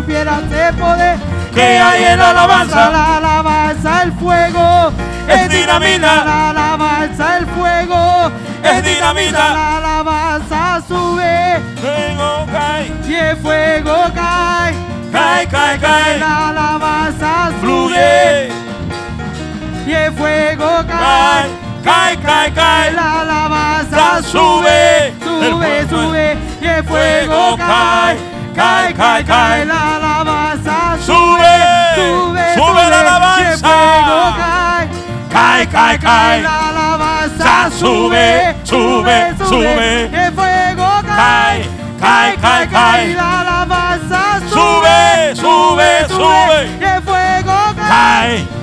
supieras el poder Que hay en la alabanza. La alabanza el fuego Es dinamita. La alabanza el fuego Es dinamita. La alabanza sube Fuego cae, y el fuego cae. cae, cae, cae. La alabanza sube Fluye, y el fuego cae, cae. cae, cae, cae. La alabanza sube, sube, El fuego sube y el fuego Fuego cae. Cae, cae, cae. La alabanza sube, Sube, sube, sube la y el fuego alabanza. cae. Cae, cae, cae. La alabanza sube, sube, sube. El fuego cae, Cae, cae, cae. La alabanza Sube, sube, sube. El fuego cae,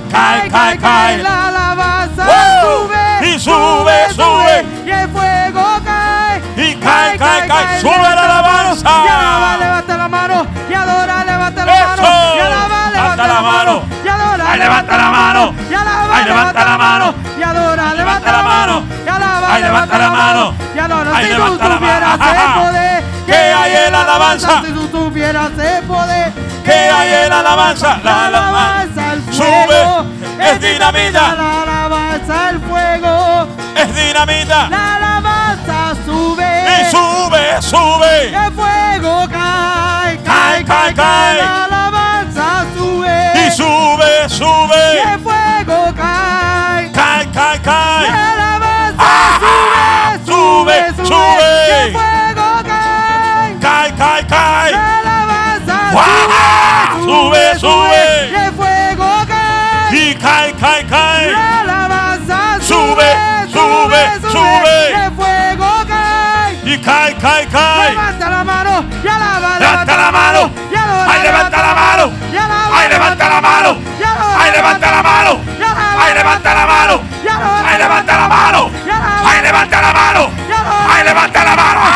Cae, cae, cae, cae. La alabanza Wow. sube Y sube, sube. Y el fuego cae. Y cae, cae, cae. Sube la alabanza. Y alaba, levanta la mano. Y adora, levanta la Eso. mano. Y alaba, levanta la mano. Y adora, Ahí levanta la mano. Y alaba, Ahí levanta la mano. Y adora, levanta la mano. Y alaba, Ahí levanta la mano. Y adora, Ahí si tú levanta la mano. tuvieras Ajá. el poder. Que hay en la alabanza. Si tú tuvieras el poder. Que hay en la alabanza. La alabanza. alabanza al fuego. Sube, es dinamita, La alabanza al fuego. es dinamita. La alabanza Y sube. sube, sube. El fuego cae, Cae, cae, cae, cae, cae. cae. La alabanza sube. Y sube, Y sube. el fuego cae. Cae, cae, cae. La alabanza Ah, sube, sube, sube, sube, sube. Y el fuego cae. Cae, cae, cae. La alabanza Ah, sube, sube, sube. Y el fuego cae. Y cae, cae, cae. La alabanza Sube, sube, sube. Y el fuego cae. Y cae, cae, cae. Levanta la mano y alaba, Levanta la mano. y alaba, Ahí levanta la mano. y alaba, Ahí levanta la mano. y alaba, Ahí levanta la mano. y alaba, Ahí levanta la mano. y alaba, Ahí levanta la mano. y alaba, Ahí levanta la mano. y alaba, Ahí levanta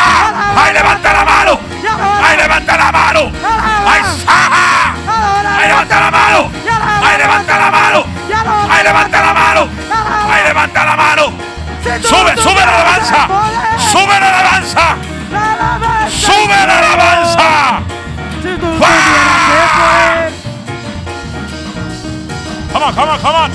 la mano. Ah, Ahí levanta la mano. y alaba, Ahí levanta la mano. Ahí ah, ah. adora, Ahí levanta la mano. y alaba, Ahí levanta la mano. y alaba, Ahí levanta la mano. alaba. Ahí levanta la mano. Si tú Sube, tuvieras sube la el alabanza. poder, Sube la alabanza. la alabanza, Sube la alabanza. Si tú ¡Guau! tuvieras el poder, Come on, come on, come on.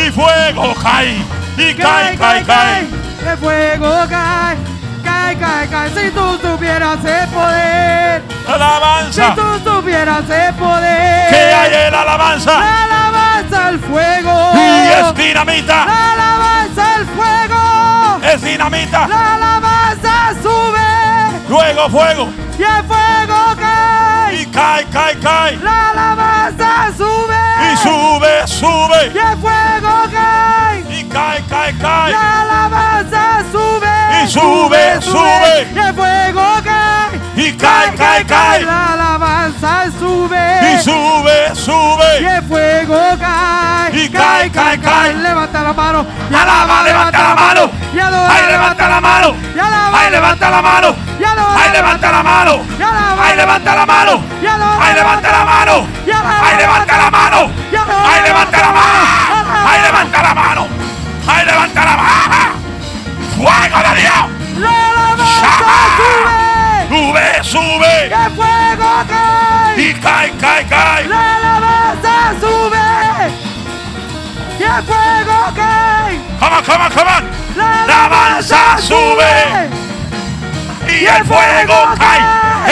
Y fuego cae. Y cae, cae, cae. el fuego cae, cae, cae, cae, si tú tuvieras el poder, si Alabanza. tú tuvieras el poder, Que hay en la alabanza. La alabanza al fuego. Y es dinamita. La alabanza al fuego. Es dinamita. La alabanza sube Luego fuego. y el fuego cae. Y cae, cae, cae. La alabanza sube Y sube, y sube. el fuego cae. Y cae, cae, cae. La alabanza sube Y sube, sube. y el fuego cae. Y cae, cae, cae. La alabanza sube Y sube, Y sube. el fuego cae. Y cae, cae, cae. Levanta la mano. Y Alaba, levanta la mano. Y adora, Ahí levanta la mano. Y alaba, Ahí levanta la mano. Y alaba, Ahí levanta la mano. Y alaba, Ahí levanta la mano. Y alaba, Ahí levanta la mano. Y alaba, Ahí levanta la mano. Y alaba, Ahí levanta la mano. Alaba. Ahí levanta la mano. Ahí levanta la mano. Fuego de Dios. La alabanza Shama. sube. Sube, Y sube. el fuego cae. Y cae, cae, cae. La alabanza sube. Y el fuego cae. Come on, come on, come on. La La alabanza sube. Y el fuego cae.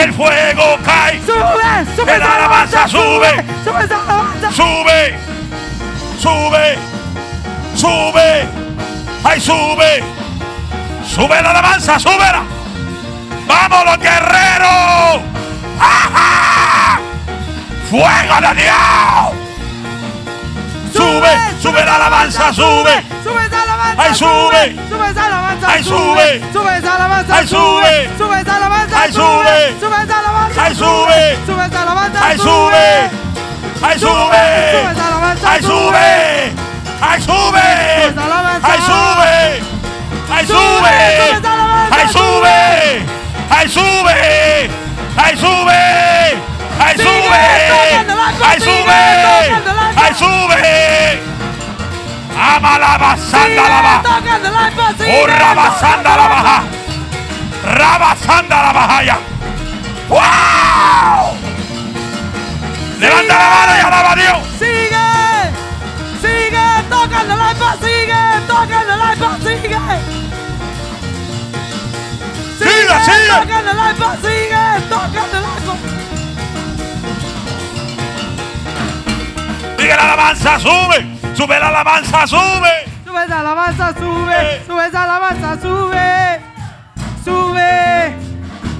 El fuego cae. Sube, sube. La esa alabanza sube. Sube esa alabanza. Sube, sube, sube, ay sube, sube la alabanza, súbela. Vamos los guerreros. ¡Ajá! Fuego de Dios. Sube, sube la alabanza, sube. Sube esa alabanza. Ay, sube. Sube esa alabanza. Ay, sube. Sube esa alabanza. Ay, sube. Sube esa alabanza. Ay, sube. Sube esa alabanza. Ay, sube. Sube esa alabanza. Ay sube, ay Sube sube, esa alabanza. ay sube, ay Sube sube, esa alabanza. ay sube, ay sube. Sube esa alabanza. ¡Ay, sube! ¡Ay, sube! ¡Ay, sube! ¡Ay, Sigue sube! tocando la ¡Ay, cocina, sube! tocando la ¡Ay, sube! ¡Amalaba, sándalaba! Oh, ¡Urraba, sándala baja! ¡Raba, sándala baja ya! ¡Wow! Mario. Sigue, sigue, toca la lámpara, sigue, toca la lámpara, sigue. Siga, siga. Toca la lámpara, sigue, toca la lámpara. Sigue la alabanza, sube. Sube la alabanza, sube. Sube esa alabanza, Eh. sube, sube esa alabanza, sube, sube,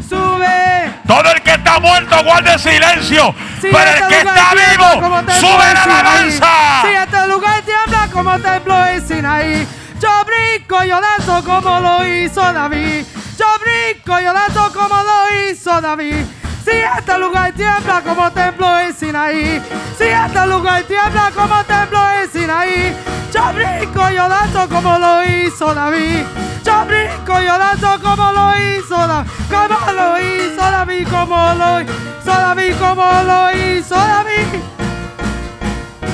sube. Todo el que está muerto guarde silencio. Si pero este el que lugar está tiembla vivo, como tembló sube en la Sinaí. alabanza. Si este lugar tiembla como tembló en Sinaí. Yo brinco, yo danzo como lo hizo David. Yo brinco, yo danzo como lo hizo David. Si este lugar tiembla como tembló en Sinaí. Si este lugar tiembla como tembló en Sinaí. Yo brinco, yo danzo como lo hizo David. Yo brinco, yo danzo como lo hizo David. Como lo hizo David, como lo hizo David, como lo hizo David.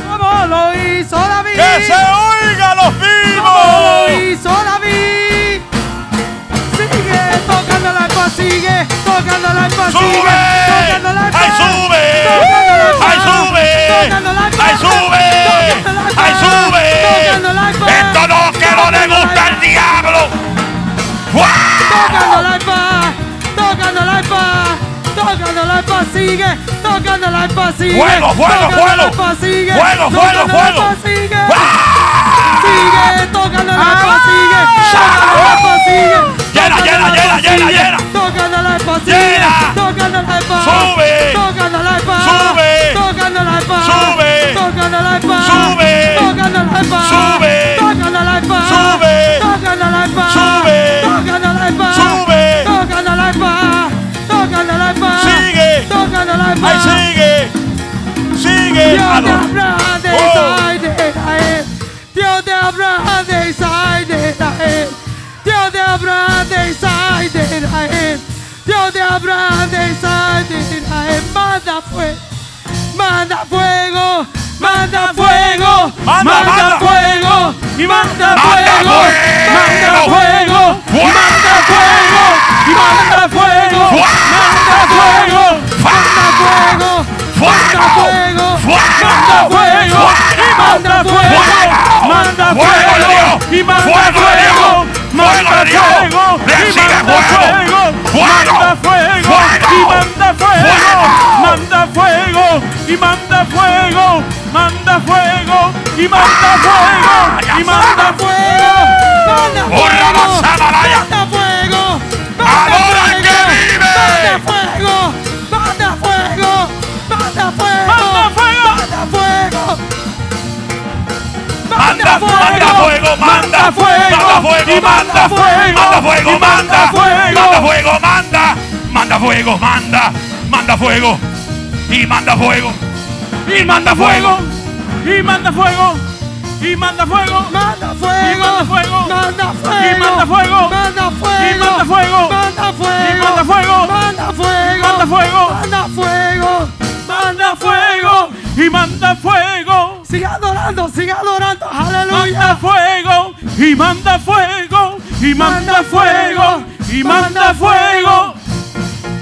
Como lo hizo David. ¡Que se oiga los Como lo vivos! hizo David. Sigue tocando la arpa, sigue tocando la arpa, ¡Sube! sigue tocando la arpa. ¡Ay, sube! Tocando la arpa, ¡Ay, sube! tocando la arpa, ¡Ay, sube! tocando la arpa, ¡Ay, tocando la arpa, sube! ¡Esto no, que no tocando le la gusta arpa. el diablo! ¡Guau! Tocando la arpa, tocando la arpa, tocando la arpa, sigue, tocando la arpa, sigue. ¡Fuego, fuego, tocando la fuego! arpa, sigue, ¡Fuego, fuego, tocando la fuego! arpa, sigue. ¡Guau! Sigue, tocando la arpa, ¡Ah! sigue, tocando la arpa, sigue. Llena, tocando llena, la arpa, llena, llena, sigue, llena. Tocando la arpa, sigue, Llena. tocando la arpa. Sube. Tocando la arpa. Sube. Tocando la arpa. Sube. Tocando la arpa. Sube. Tocando la arpa. Sube. Tocando la arpa. Sube. Tocando la arpa. Sube. Tocando la arpa. Sube. Tocando la arpa. Tocando la arpa. Sigue. Tocando la arpa. ¡Ay, sigue! ¡Sigue! Dios te Ador- habla de Oh. Israel, de Israel. Dios te habla de Israel, de Israel. Dios te habla de Israel, de Israel. Dios te habla de Israel, de Israel. Manda fuego, manda fuego, manda fuego, Manda, manda. fuego, y manda Manda fuego, manda fuego. fuego, y ¡Guau! manda fuego, y manda fuego, ¡Guau! manda fuego, ¡Ah! manda fuego. ¡Fuego! Manda fuego, ¡Fuego! manda fuego, y manda fuego, ¡Fuego! manda ¡Fuego de fuego, Dios! y manda ¡Fuego de fuego, Dios! manda ¡Fuego de Dios! fuego, y ¡Recibe manda fuego! fuego, ¡Fuego! manda fuego, y ¡Fuego! manda fuego, ¡Fuego! manda fuego, y manda fuego, manda fuego, y manda fuego, y manda fuego, manda fuego, ¡Hurra, Manzanaraya! manda fuego, ¡Adora al que vive! manda fuego, manda fuego, manda fuego, manda fuego, manda fuego. Manda, manda fuego, manda, manda fuego, y manda, manda fuego, y manda, manda fuego. fuego, manda, manda fuego, manda, manda fuego, y manda fuego, y manda fuego, y manda fuego Manda y manda fuego fuego, Y manda fuego. manda fuego, manda Y manda fuego. fuego, Y manda fuego. manda fuego, Y manda manda fuego, fuego. Manda fuego. manda fuego, manda fuego y manda fuego siga adorando, siga adorando, manda aleluya, fuego y manda fuego y manda fuego y manda fuego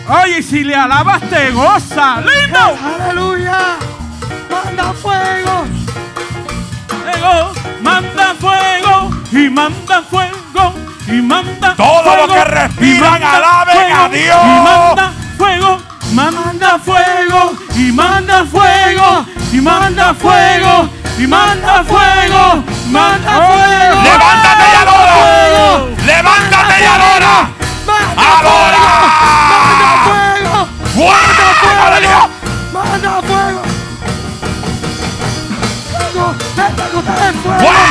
oye si le alabas te goza lindo aleluya, manda fuego, Fuego, manda fuego y manda fuego y manda Todo fuego, lo que respiran, y manda alaben fuego, a Dios. y manda fuego manda fuego y manda fuego y manda fuego y manda fuego Oh. manda fuego levántate y adora, levántate y adora, manda adora, fuego, fuego de Dios, manda fuego. Fuego, pentecostal es fuego, ¡Fuego!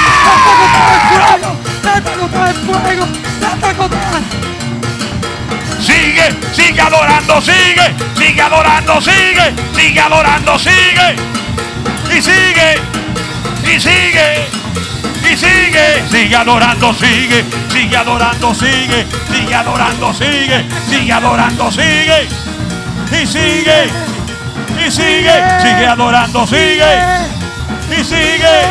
pentecostal es fuego, pentecostal es fuego, pentecostal. sigue, sigue adorando, sigue, sigue adorando, sigue, sigue adorando, sigue, y sigue, y sigue, y sigue, sigue adorando, sigue, sigue adorando, sigue, sigue adorando, sigue, sigue adorando, sigue, y sigue, y sigue, sigue adorando, sigue, y sigue.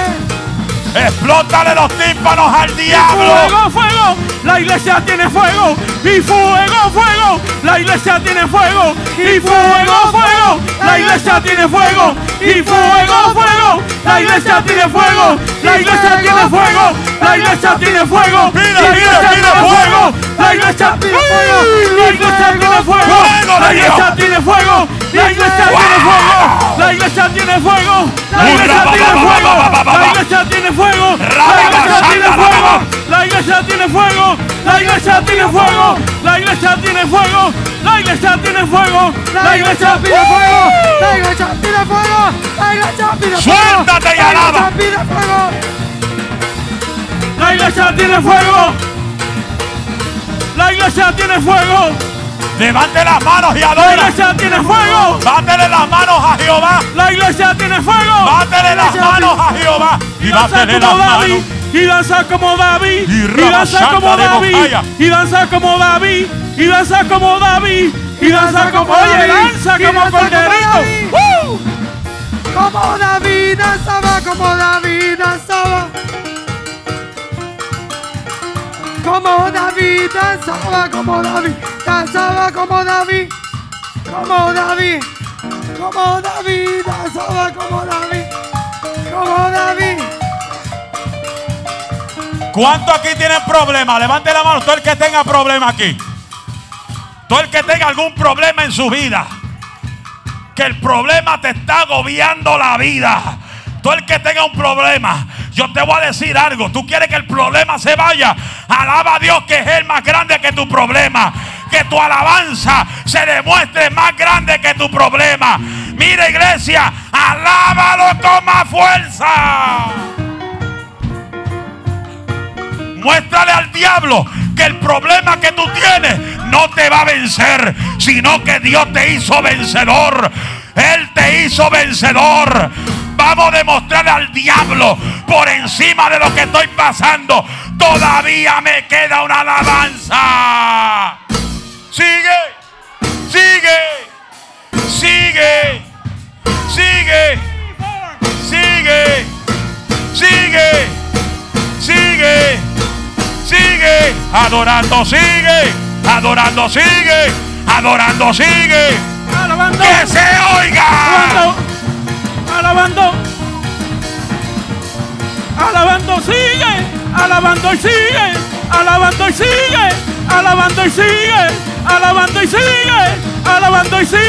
Explótale los tímpanos al diablo. Fuego, fuego, la iglesia tiene fuego. Y fuego, fuego, la iglesia tiene fuego. Y fuego, fuego, la iglesia iglesia tiene fuego y fuego, fuego. La iglesia tiene fuego, la iglesia tiene fuego, la iglesia tiene fuego. Mira, la iglesia mira, tiene mira, fuego, fuego. la iglesia tiene fuego, la iglesia tiene fuego, Fuego, la le digo. iglesia tiene fuego, la iglesia tiene fuego, la iglesia tiene fuego, la iglesia Urra, tiene ba, ba, fuego, ba, ba, ba, la ba. iglesia tiene fuego, Ra, la ba, ba, iglesia tiene santa, ba, ba, fuego. ba. La iglesia tiene fuego, la iglesia tiene fuego, la iglesia tiene fuego, la iglesia tiene fuego, la iglesia pide fuego, la iglesia pide fuego, la iglesia pide fuego. Suéltate y la alaba. iglesia pide fuego. la iglesia tiene fuego, la iglesia tiene fuego, Levante las manos y la adora. iglesia tiene fuego, Bátele las manos a Jehová. la iglesia tiene fuego, Bátele las manos a Jehová. Y y danza bátele las como manos. David, y danza como David, Y y danza como Rabasanta de David, Bocaya. y danza como David, y danza como David, y danza como oye, David, danza y como danza como corderito. David. Como David danzaba, como David danzaba. Como David danzaba, como David danzaba, como David. Como David, como David danzaba, como David. Como David. ¿Cuánto aquí tienen problemas? Levante la mano, todo el que tenga problema aquí. Todo el que tenga algún problema en su vida. Que el problema te está agobiando la vida. Todo el que tenga un problema. Yo te voy a decir algo. Tú quieres que el problema se vaya. Alaba a Dios que es el más grande que tu problema. Que tu alabanza se demuestre más grande que tu problema. Mira iglesia, alábalo con más fuerza. Muéstrale al diablo que el problema que tú tienes no te va a vencer, sino que Dios te hizo vencedor. Él te hizo vencedor. Vamos a demostrarle al diablo por encima de lo que estoy pasando. Todavía me queda una alabanza. Sigue, sigue, sigue, sigue, sigue, sigue. sigue sigue, adorando sigue, adorando sigue, adorando sigue, Alabando, que se oiga. alabando, alabando, alabando, sigue, alabando y sigue, alabando y sigue, alabando y sigue, alabando y sigue, alabando y sigue,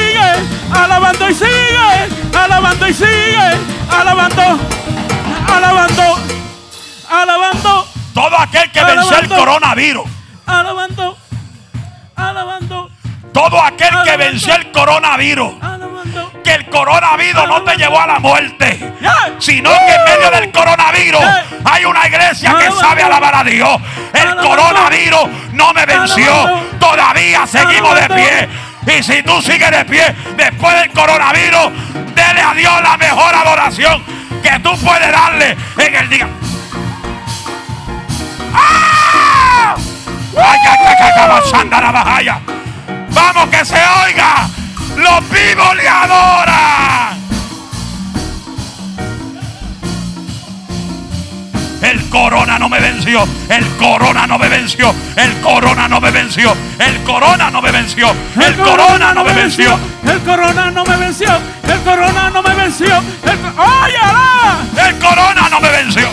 alabando y sigue, alabando y sigue, alabando, alabando, alabando, Todo aquel que venció el Alabando. coronavirus, alabando, alabando, todo aquel que Alabando. venció el coronavirus, alabando. que el coronavirus no te llevó a la muerte. Yeah. Sino que en medio del coronavirus Yeah. hay una iglesia que Alabando. sabe alabar a Dios. El Alabando. coronavirus no me venció. Alabando. Todavía seguimos de Alabando. pie. Y si tú sigues de pie después del coronavirus, dele a Dios la mejor adoración que tú puedes darle en el día. ¡Ah! ¡Ay, ay, ay, ay, ay, avanzando la bajaya! ¡Vamos que se oiga! ¡Los vivos le adoran! El corona no me venció, el corona no me venció, el corona no me venció, el corona no me venció, el corona no me venció. El corona no me venció. El corona no me venció. El co- ¡Oye, alá! El corona no me venció.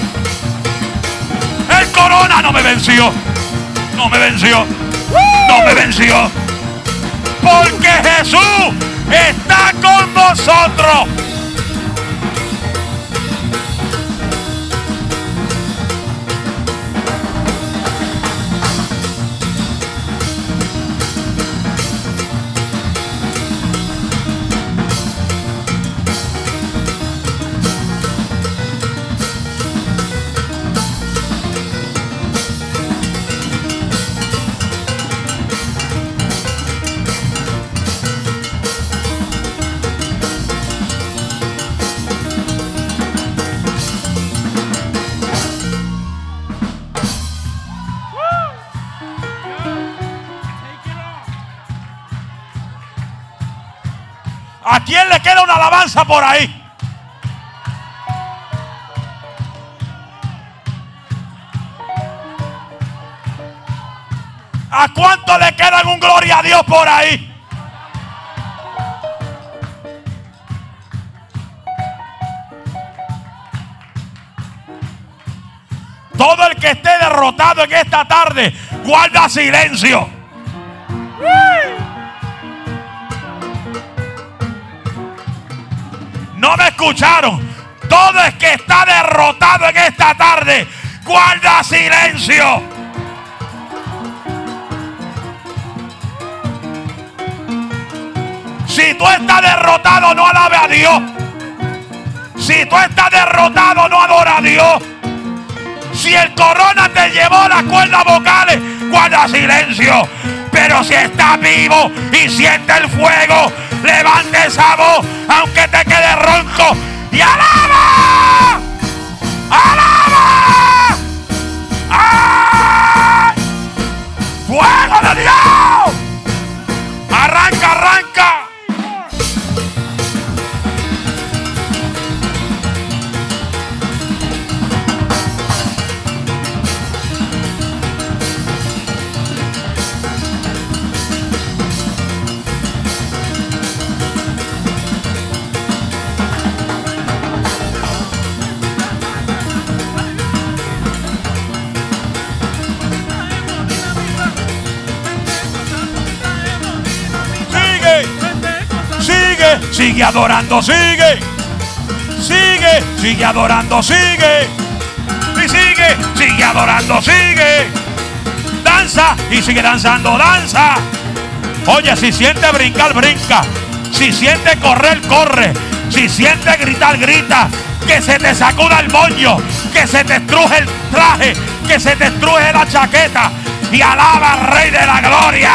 El corona no me venció. No me venció. No me venció. Porque Jesús está con nosotros. ¿A quién le queda una alabanza por ahí? ¿A cuánto le quedan un gloria a Dios por ahí? Todo el que esté derrotado en esta tarde, guarda silencio. No me escucharon. Todo el que está derrotado en esta tarde, guarda silencio. Si tú estás derrotado, no alabe a Dios. Si tú estás derrotado, no adora a Dios. Si el corona te llevó las cuerdas vocales, guarda silencio. Pero si estás vivo y siente el fuego, levante esa voz, aunque te quede ronco. Y alaba. Alaba. ¡Ay! Fuego de Dios. Arranca, arranca. Sigue. Sigue, sigue adorando, sigue. Sigue, sigue adorando, sigue. Y sigue, sigue adorando, sigue. Danza y sigue danzando, danza. Oye, si siente brincar, brinca. Si siente correr, corre. Si siente gritar, grita. Que se te sacuda el moño. Que se te estruje el traje. Que se te estruje la chaqueta. Y alaba al Rey de la Gloria.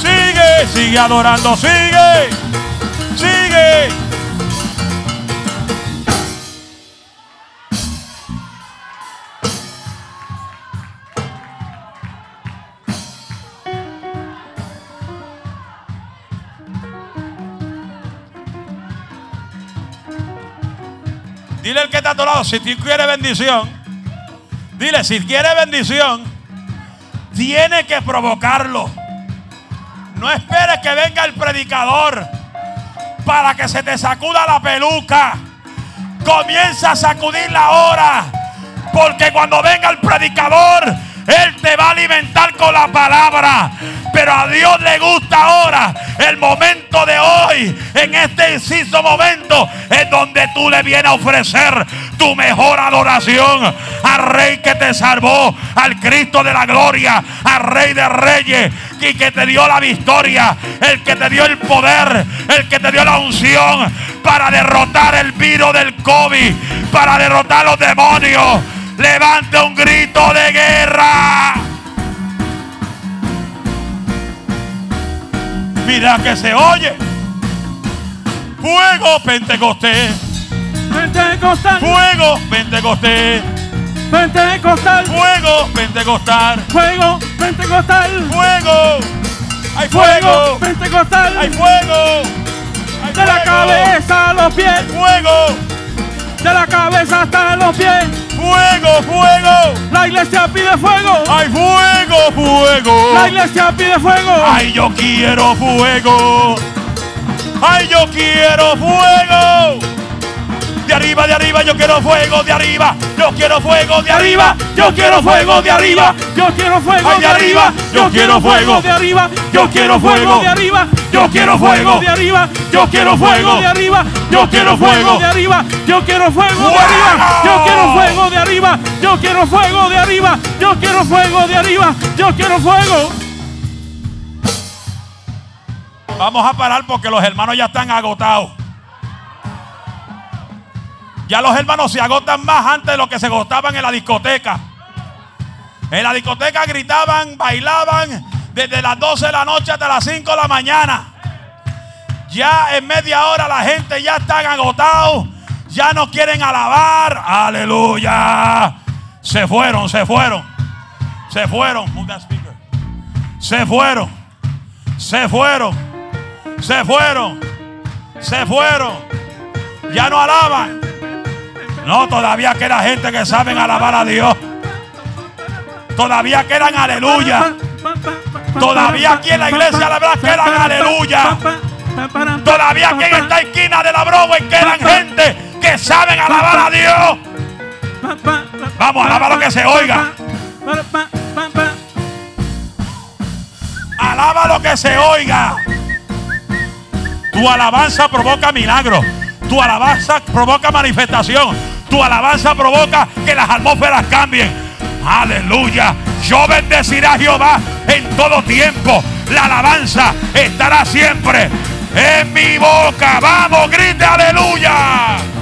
Sigue, sigue adorando, sigue, sigue. Dile al que está a tu lado, si tú quieres bendición, dile, si quiere bendición, tiene que provocarlo. No esperes que venga el predicador para que se te sacuda la peluca. Comienza a sacudirla ahora. Porque cuando venga el predicador, Él te va a alimentar con la palabra. Pero a Dios le gusta ahora el momento de hoy, en este inciso momento, es donde tú le vienes a ofrecer tu mejor adoración al Rey que te salvó, al Cristo de la gloria, al Rey de Reyes, y que te dio la victoria, el que te dio el poder, el que te dio la unción para derrotar el virus del COVID, para derrotar los demonios. Levante un grito de guerra. Mira que se oye. Fuego Pentecostés. Pentecostal, Fuego Pentecostés. Pentecostal, Fuego Pentecostal. fuego, Pentecostal, Fuego. Hay fuego, fuego. Hay Pentecostal, fuego. Hay de la fuego. cabeza a los pies, Fuego. de la cabeza hasta los pies. Fuego, fuego. La iglesia pide fuego, Hay fuego, fuego. la iglesia pide fuego. Ay, yo quiero fuego. Ay, yo quiero fuego. De arriba, de arriba, yo quiero fuego, de arriba. Yo quiero fuego, de arriba. Yo quiero fuego, de arriba. Yo quiero fuego Ay, de arriba, yo quiero fuego de arriba, yo quiero fuego de arriba, yo quiero fuego de arriba, yo quiero fuego de arriba, yo quiero fuego de arriba, yo quiero fuego de arriba, yo quiero fuego de arriba, yo quiero fuego de arriba, yo quiero fuego de arriba, yo quiero fuego. Vamos a parar porque los hermanos ya están agotados. Ya los hermanos se agotan más antes de lo que se agotaban en la discoteca. En la discoteca gritaban, bailaban desde las 12 de la noche hasta las 5 de la mañana. Ya en media hora la gente ya está agotados. Ya no quieren alabar. Aleluya. Se fueron, se fueron. Se fueron. Move that speaker. Se fueron. Se fueron. Se fueron. Se fueron. Ya no alaban. No, todavía queda gente que saben alabar a Dios. Todavía quedan aleluya. Todavía aquí en la iglesia la verdad quedan aleluya. Todavía aquí en esta esquina de la Broadway quedan gente que saben alabar a Dios. Vamos, alaba lo que se oiga. Alaba lo que se oiga. Tu alabanza provoca milagros. Tu alabanza provoca manifestación. Tu alabanza provoca que las atmósferas cambien. Aleluya. Yo bendeciré a Jehová en todo tiempo. La alabanza estará siempre en mi boca. Vamos, grite aleluya.